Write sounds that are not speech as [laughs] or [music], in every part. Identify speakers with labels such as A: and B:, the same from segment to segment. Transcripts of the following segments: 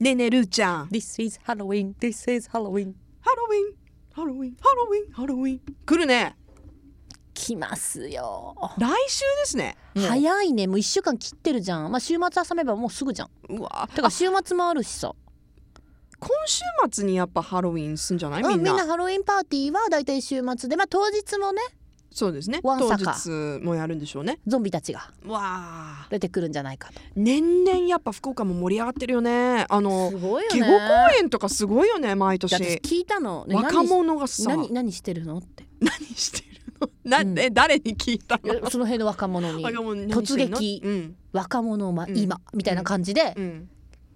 A: ねえねえるーちゃん
B: This is Halloween, this is Halloween
A: ハロウィンハロウィンハロウィンハロウィン来るね
B: 来ますよ
A: 来週ですねもう
B: 早いねもう1週間切ってるじゃんまあ週末挟めばもうすぐじゃん
A: うわ
B: だから週末もあるしさ
A: 今週末にやっぱハロウィンすんじゃないみ
B: うんん、
A: な,、
B: みんなハロウィンパーティーはだいたい週末でまあ当日もね
A: そうですね
B: わん
A: 当
B: さか
A: 日もやるんでしょうね
B: ゾンビたちが
A: わあ
B: 出てくるんじゃないかと
A: 年々やっぱ福岡も盛り上がってるよねあの
B: すごいよ
A: 季
B: ね
A: 語公演とかすごいよね毎
B: だって
A: 年
B: 私聞いたの、ね、
A: 若者がさ
B: 何何何してるのって
A: 何してるのな、
B: うん
A: え誰に聞いた
B: いや
A: の
B: [laughs] その辺の若者
A: [laughs]
B: に
A: 若者何してんの
B: 突撃
A: うん
B: 若者ま
A: うん
B: 今、みたいな感じで、
A: うん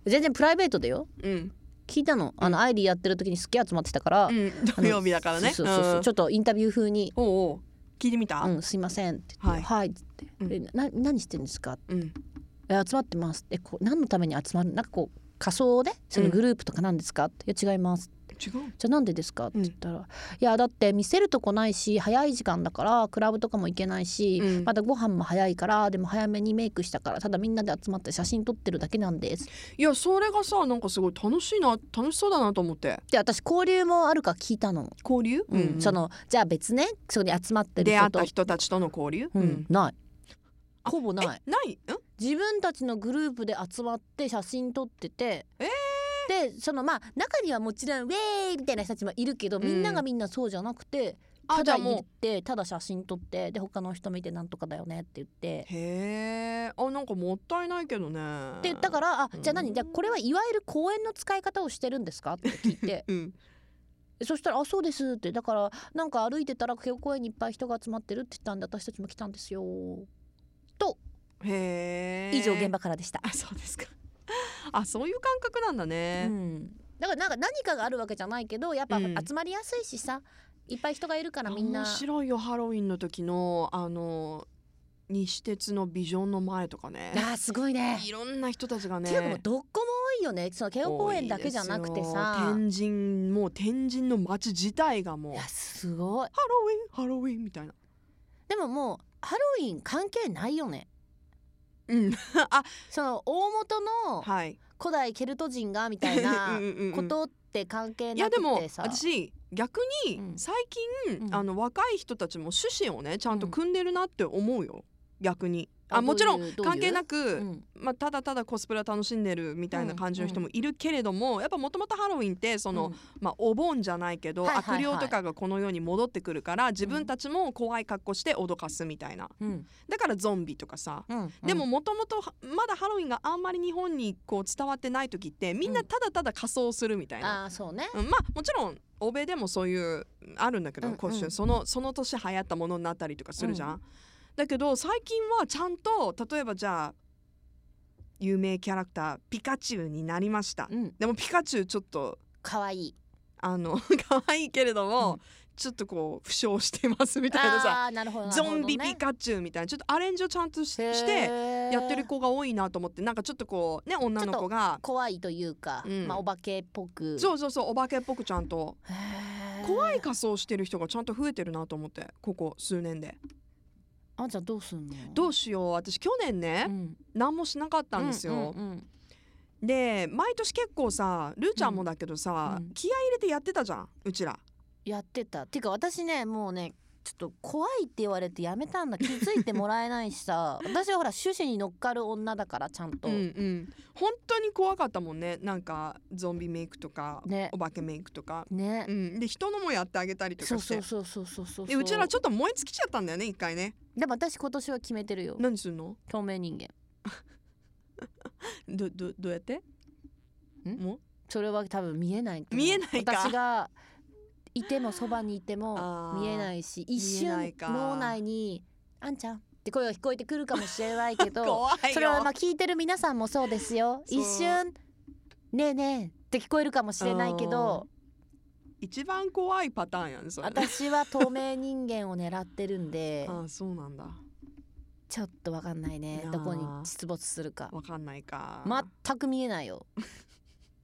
B: 全然プライベートだよ
A: うん
B: 聞いたのあの、アイリーやってる時にすっげえ集まってたから、
A: うん
B: あ
A: 土
B: の
A: 曜日だからね
B: そうそうそう、
A: うん
B: ちょっとインタビュー風に
A: おうおう聞いてみ
B: 「
A: た、
B: うんすいません」って言って「はい」って言ってえな何してるんですか?」
A: うん
B: え集まってます」えこう何のために集まるなんかこう仮想でそのグループとかなんですか?」って「いや違います」
A: 違う
B: じゃあなんでですか?」って言ったら「いやだって見せるとこないし早い時間だからクラブとかも行けないし、
A: うん
B: まだご飯も早いからでも早めにメイクしたからただみんなで集まって写真撮ってるだけなんです」
A: いやそれがさなんかすごい楽しいな楽しそうだなと思って
B: で私交流もあるか聞いたの。
A: 交流、
B: うんそのじゃあ別ねそこに集まってる
A: 出会
B: 人
A: った
B: と、
A: 人たちとの交流、
B: うんないほぼ
A: うん
B: ない
A: えないうん
B: 自分たちのグループで集まって写真撮ってて、でそのまあ中にはもちろんウェーイみたいな人たちもいるけど、
A: うん
B: みんながみんなそうじゃなくて
A: あ
B: た
A: じゃ
B: だ
A: あ
B: 行っ
A: も
B: てただ写真撮ってで他の人見てなんとかだよねって言って
A: う。へえあなんかもったいないけどね
B: でだからら「あじゃあ
A: う
B: 何
A: ん
B: じゃあこれはいわゆる公園の使い方をしてるんですか?」って聞い
A: [laughs]
B: て
A: うん
B: そしたら「あそうです」ってだからなんか歩いてたら公園にいっぱい人が集まってるって言ったんで私たちも来たんですよ。
A: へえ
B: 以上現場からでした。
A: あそうですかあそういう感覚なんだ
B: う
A: ね、
B: ん、だからなんか何かがあるわけじゃないけどやっぱ
A: うん
B: 集まりやすいしさ、いっぱい人がいるからみんな
A: 面白いよハロウィンの時のあの西鉄のビジョンの前とかね
B: あーすごいね。
A: いろんな人たちがね
B: っていうかもうどこも多いよねその慶応公園だけじゃなくてさ
A: 多。いですよ天神もう天神の街自体がもう
B: いやすごい
A: ハロウィンハロウィンみたいな
B: でももうハロウィン関係ないよね
A: うん
B: その大元の
A: [laughs] はい
B: 古代ケルト人がみたい
A: [laughs]
B: な
A: うんうんうんうん
B: ことって関係
A: い
B: な
A: やで
B: く
A: も
B: てさ
A: 私逆に
B: うん
A: 最近、
B: うん
A: あの若い人たちも趣旨をねちゃんと
B: うん
A: 組んでるなって思うよ逆に
B: あ
A: あもちろ
B: どうい
A: ん
B: うどういう
A: 関係なく、
B: うん
A: まあ、ただただコスプレを楽しんでるみたいな感じの人もいるけれども、やっぱもともとハロウィンってその、
B: うん
A: まあ、お盆じゃないけど、
B: はいはいはい
A: 悪霊とかがこの世に戻ってくるから自分たちも怖い格好して脅かすみたいな
B: うん
A: だからゾンビとかさ、
B: うん
A: でももともとまだハロウィンがあんまり日本にこう伝わってない時ってみんなただただ仮装するみたいな、
B: ああそうね
A: うんまあもちろん欧米でもそういうあるんだけど、
B: うんうん
A: コスチュームそのその年流行ったものになったりとかするじゃん。だけど最近はちゃんと例えばじゃあ有名キャラクターピカチュウになりました、
B: うん
A: でもピカチュウちょっと
B: 可愛い
A: あの [laughs] 可愛いけれども、
B: うん
A: ちょっとこう負傷してますみたいなさ、
B: ああーなるほどなるほ
A: ゾ
B: どね
A: ンビピカチュウみたいなちょっとアレンジをちゃんとしして
B: へー
A: やってる子が多いなと思ってなんかちょっとこうね女の子が
B: 怖いというか、
A: うん
B: まあお化けっぽく
A: そうそうそうお化けっぽくちゃんと
B: へー
A: 怖い仮装してる人がちゃんと増えてるなと思ってここ数年で
B: あんちゃんどうすんの
A: ど
B: う
A: うしよう私去年ね、
B: ん
A: 何もしなかったんですよ、
B: うんうんうん
A: で毎年結構さるーちゃんもだけどさ、
B: うんうん
A: 気合い入れてやってたじゃんうちら
B: やってたっていうか私ねもうねちょっと怖いって言われてやめたんだ気づいてもらえない
A: [laughs]
B: しさ私はほら趣旨に乗っかる女だからちゃんと、
A: うんうん本当に怖かったもんねなんかゾンビメイクとか、
B: ね
A: お化けメイクとか、
B: ね、
A: うん、で人のもやってあげたりと
B: そ
A: か
B: う
A: して
B: そうそうそうそうそう
A: でうちらちょっと燃え尽きちゃったんだよね一回ね
B: でも私今年は決めてるよ
A: 何するの
B: 透明人間
A: どどどうやって
B: ん
A: もう
B: それは多分見えないと思う
A: 見えないか
B: 私がいてもそばにいて
A: あ
B: も
A: ー
B: 見えないし一
A: 見えない
B: 瞬
A: か
B: 脳内に「あんちゃん」って声が聞こえてくるかもしれないけど
A: 怖いよ
B: それはまあ聞いてる皆さんもそうですよ
A: そう
B: 一瞬「ねえねえ」って聞こえるかもしれないけど
A: 一番怖いパターンやねそれね
B: 私は透明人間を狙ってるんで
A: ああ [laughs] そうなんだ
B: ちょっとわかんない
A: い
B: ね
A: やー
B: どこに出没するか
A: わかんないか
B: 全く見えないよ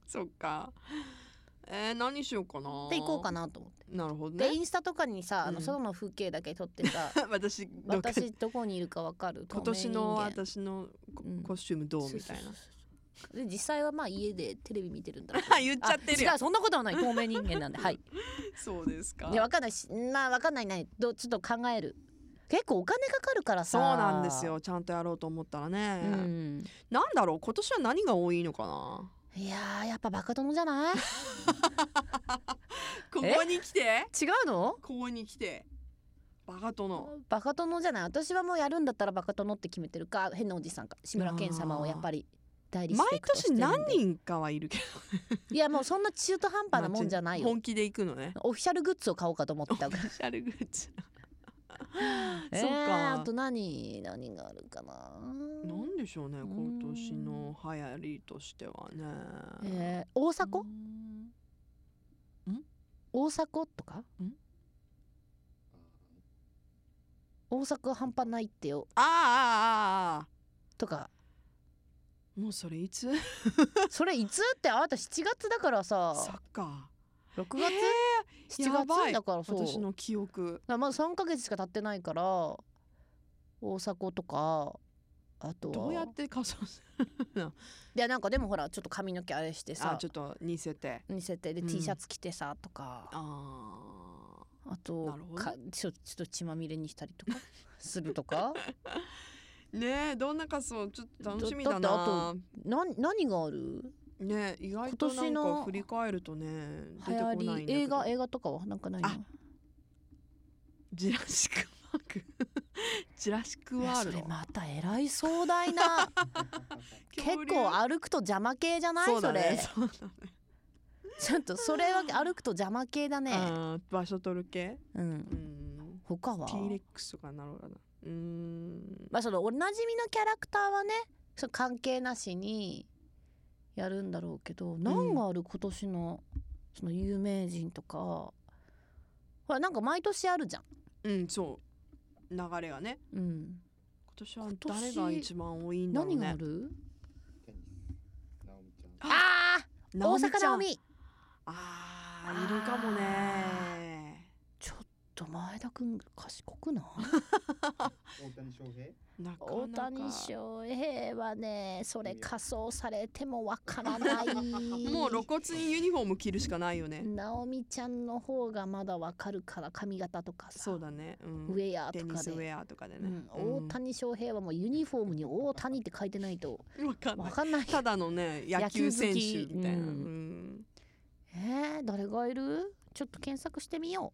A: そっかえー、何しようかな
B: で行こうか
A: な
B: なと思って
A: なるほど
B: で
A: ね
B: インスタとかにさあ
A: う
B: の
A: ん
B: 外の風景だけ撮ってさ
A: [laughs] 私 [laughs] どっか
B: 私どこにいるかわかる
A: 今年の
B: 透明人間
A: 私のこ
B: うん
A: コスチュームどう
B: そう
A: み
B: そ
A: た
B: う
A: いな
B: そうで実際はまあ家でテレビ見てる
A: [laughs]
B: んだろう
A: 言っちゃってるよ
B: あ違うそんなこ
A: [laughs]
B: とはない透明人間なんではい
A: そうですか
B: でわかんないしまあわかんないなどちょっと考える結構お金かかるからさ
A: そうなんですよちゃんとやろうと思ったらね、
B: うん
A: なんだろう今年は何が多いのかない
B: やーやっぱバカ殿じ
A: [laughs]
B: ゃない
A: こ
B: え
A: こに来て
B: 違うの
A: ここに来てバカ殿
B: バカ殿じゃない私はもうやるんだったらバカ殿って決めてるか変なおじさんか志村けん様をやっぱり代理
A: 毎年何
B: 人
A: 人かはいるけど
B: いやもうそんな中途半端なもんじゃないよ
A: 本気で行くの
B: [laughs]
A: ね
B: オフィシャルグッズを買おうかと思って
A: [laughs]
B: た
A: シャルグッ
B: [laughs]
A: ズ
B: えー
A: そっか
B: あと何何があるかな
A: なんでしょうね今年の流行りとしてはね
B: えー、大迫
A: うん
B: 大迫とか
A: ん
B: 大阪半端ないってよ
A: あああああ
B: とか
A: あもうそれいつ
B: それいつってあなた7月だからさ
A: サッカ
B: 6
A: ーえ
B: 月、
A: ーや
B: 7
A: ばい
B: 月だからそう
A: 私の記憶
B: だからまだ3ヶ月しか経ってないから大迫とかあとは
A: どうやって仮装するの
B: いやなんかでもほらちょっと髪の毛あれして
A: あ
B: さ
A: ちょっと似せて
B: 見せてで、
A: うん
B: T シャツ着てさとか
A: ああ
B: あと
A: なるほど
B: かちょちょっと血まみれにしたりとか [laughs] するとか
A: ねえどんな仮装ちょっと楽しみだ
B: だだってあ
A: な
B: なん何がある
A: ねえ意外とな
B: 今年
A: ん
B: の
A: か振り返るとね出
B: 流
A: てこないん
B: 行
A: だけ
B: り
A: ど
B: 映画映画とかはなんかないの
A: あジュラシックパーク [laughs] ジュラシック
B: い
A: ワ
B: や
A: ー
B: そ
A: ル
B: れ
A: ド
B: また偉い壮大な結
A: [laughs] 恐竜
B: 構歩くと邪魔系じゃないそ,、
A: うだね
B: れ
A: そうだね
B: ちょっとそれは歩くと邪魔系だね
A: あー場所取る系
B: うん、
A: うん
B: 他は
A: T レックスとかなろうかなうーん
B: まあそのおなじみのキャラクターはねそう関係なしにやるんだろうけど何がある今年のその有名人とかほらなんか毎年あるじゃん、
A: うんそう流れがね
B: うん、
A: 今年は誰が一番多いんだろう
B: 何があ
A: ね
B: る
C: テニス直美ちゃん
B: あー大
A: み
B: 阪
A: ちゃん
B: 直美
A: あーいるかもね
B: ちょっと前田君賢くない
C: 大谷翔平
A: なかなか
B: 大谷翔平はねそれ仮装されてもわからない
A: もう露骨にユニフォーム着るしかないよね
B: 直美ちゃんの方がまだわかるから髪型とかさ
A: そうだね、うん、
B: ウェア
A: テ
B: と
A: ニ
B: か
A: ス
B: で、
A: ウェアとかでね、
B: うん
A: うん
B: 大谷翔平はもうユニフォームに大谷って書いてないと
A: わかんな
B: わ
A: い
B: かんない
A: ただのね野球選手みたいな、
B: 野球好きう
A: う
B: ん
A: ん
B: えー、誰がいるちょっと検索してみよ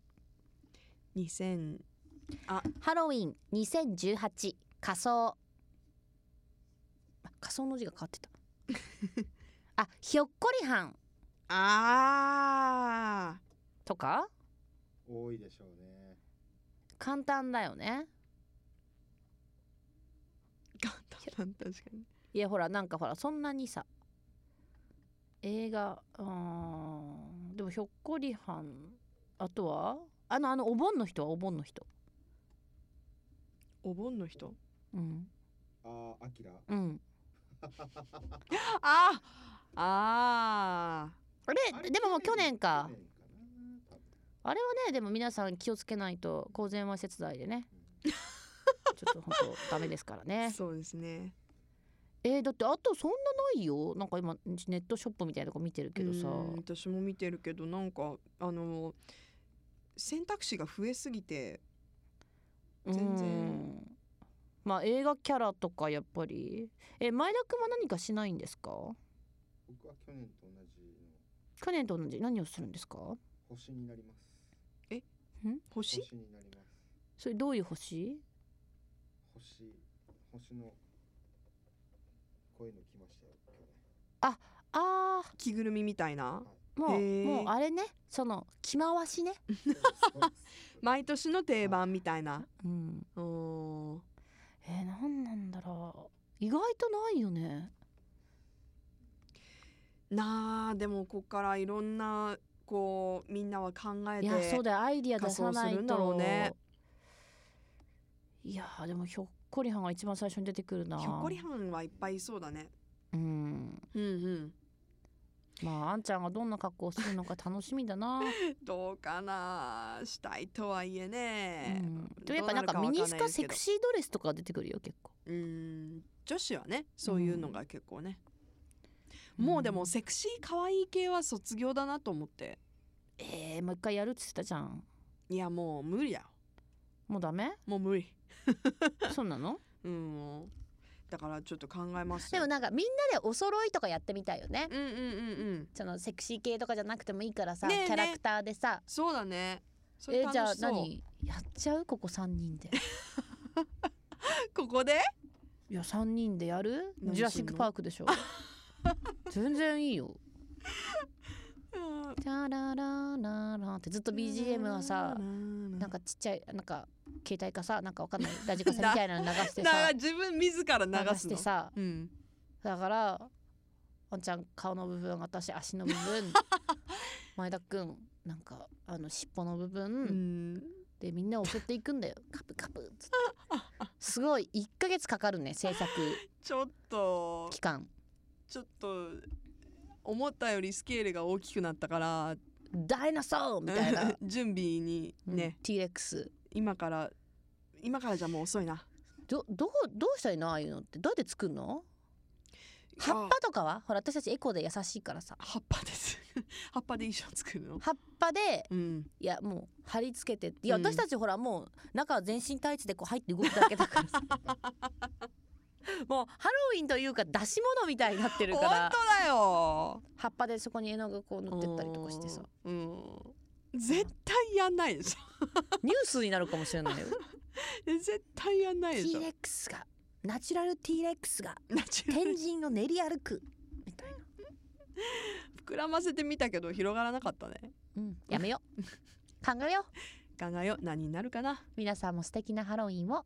A: 2000
B: うハロウィン2018仮装あ仮装の字が変
A: [laughs]
B: わってたあひょっこりはん
A: あー
B: とか
C: 多いでしょうね
B: 簡単だよね
A: 簡単確かに
B: いやほらなんかほらそんなにさ映画うーんでもひょっこりはんあとはあのあのお盆の人はお盆の人
A: お盆の人
B: うん
C: ああアキラ
B: うん
A: ああ
B: あ
C: あ
B: れ
C: れ
B: でももう去年か
C: 去年かな多分
B: あれはねでも皆さん気をつけないと公然わいせつ罪で [laughs] ねちょっと本当ダメですから
A: あ
B: ね
A: そうですね
B: えー、だってあとそんなないよなんか今ネットショップみたいなとこ見てるけどさ
A: うん私も見てるけどなんかあの選択肢が増えすぎて全然
B: うんまあ映画キャラとかやっぱりえ前田君は何かしないんですか
C: 僕は去年と同じの
B: 去年と同じ何をするんですか
C: 星になります
A: 星
C: 星になります
B: それどういう星
C: 星星の声の来ましたよ去年
B: あー
A: 着ぐるみみたいな
B: もう
A: へー
B: もうあれねその着回しね、 [laughs]
A: 毎年の定番みたいな
B: うん、
A: うん
B: えー、何なんだろう意外とないよね
A: なあでもこっからいろんなこうみんなは考え
B: い
A: て
B: やそうだよアイディア出さな
A: 仮装する
B: いと
A: んだろうね
B: いやーでもひょっこりはんが一番最初に出てくるな
A: ひょっこりはんはいっぱいいそうだね
B: うん
A: うんうん
B: まああんちゃんがどんな格好をするのか楽しみだな、
A: どうかなしたいとはいえ
B: う
A: ね
B: ん、でもやっぱなんか
A: どう
B: ミ
A: なる
B: ニ
A: わ
B: ス
A: かんない
B: カ
A: ですけ
B: セ
A: ど
B: クシードレスとか出てくるよ結構
A: うん女子はねそういうのが結構ね、もうでもセクシー可愛い系は卒業だなと思って
B: えー、もう一回やるって言ってたじゃん
A: いやもう無理だよ
B: もうダ [laughs] メ
A: もう無理
B: そうなの
A: うんもうだからちょっと考えます
B: でもなんかみんなでお揃いとかやってみたいよね
A: うんうんうんうん
B: そのセクシー系とかじゃなくてもいいからさ、
A: ねえねえ
B: キャラクターでさ
A: そうだねそれ
B: えー、
A: 楽
B: じゃあ
A: しそう
B: 何やっちゃうここ3人で
A: ここで
B: いや3人でやる
A: 何すんの
B: ジュラシック・パークでしょ全然いいよ
A: うん
B: 「チャララララ」ってずっと BGM はさ
A: な
B: なんかちっちゃいなんか携帯かさなんかわかんないラジカセみたいなの流して
A: だか
B: さ
A: ら自分自ら流すの
B: 流してさ
A: うん
B: だからあんちゃん顔の部分私足の部分前田くんなんかあの尻尾の部分、
A: うん
B: でみんなを襲っていくんだよカプカプっつってすごい1ヶ月かかるね制作
A: ちょっと
B: 期間
A: ちょっと思ったよりスケールが大きくなったから
B: ダイナソーみたいな、
A: [laughs] 準備にね、
B: TX
A: 今から今からじゃもう遅いな
B: どどうどうしたらいいのああいうのってどうやって作るの葉っ
A: いや
B: ぱとかはほら私たちエコで優しいからさ
A: 葉っぱです [laughs] 葉っぱで衣装作るの
B: 葉っぱで
A: うん
B: いやもう貼り付けていや
A: うん
B: 私たちほらもう中は全身タイツでこう入って動くだけだから [laughs] さもうハロウィンというか出し物みたいになってる
A: 本
B: か
A: 当
B: ら
A: だよ
B: 葉っぱでそこに絵の具こう塗ってったりとかしてさ
A: うん絶対やんないでしょ [laughs]
B: ニュースになるかもしれ [laughs] ないよ
A: 絶対やんないでしょ
B: T-Rex がナチュラル T-Rex が
A: ナチュラル
B: 天神を練り歩くみたいな、
A: [laughs] 膨らませてみたけど広がらなかったね
B: うん、やめよ [laughs] う考えよう
A: 考えよう何になるかな
B: 皆さんも素敵なハロウィンを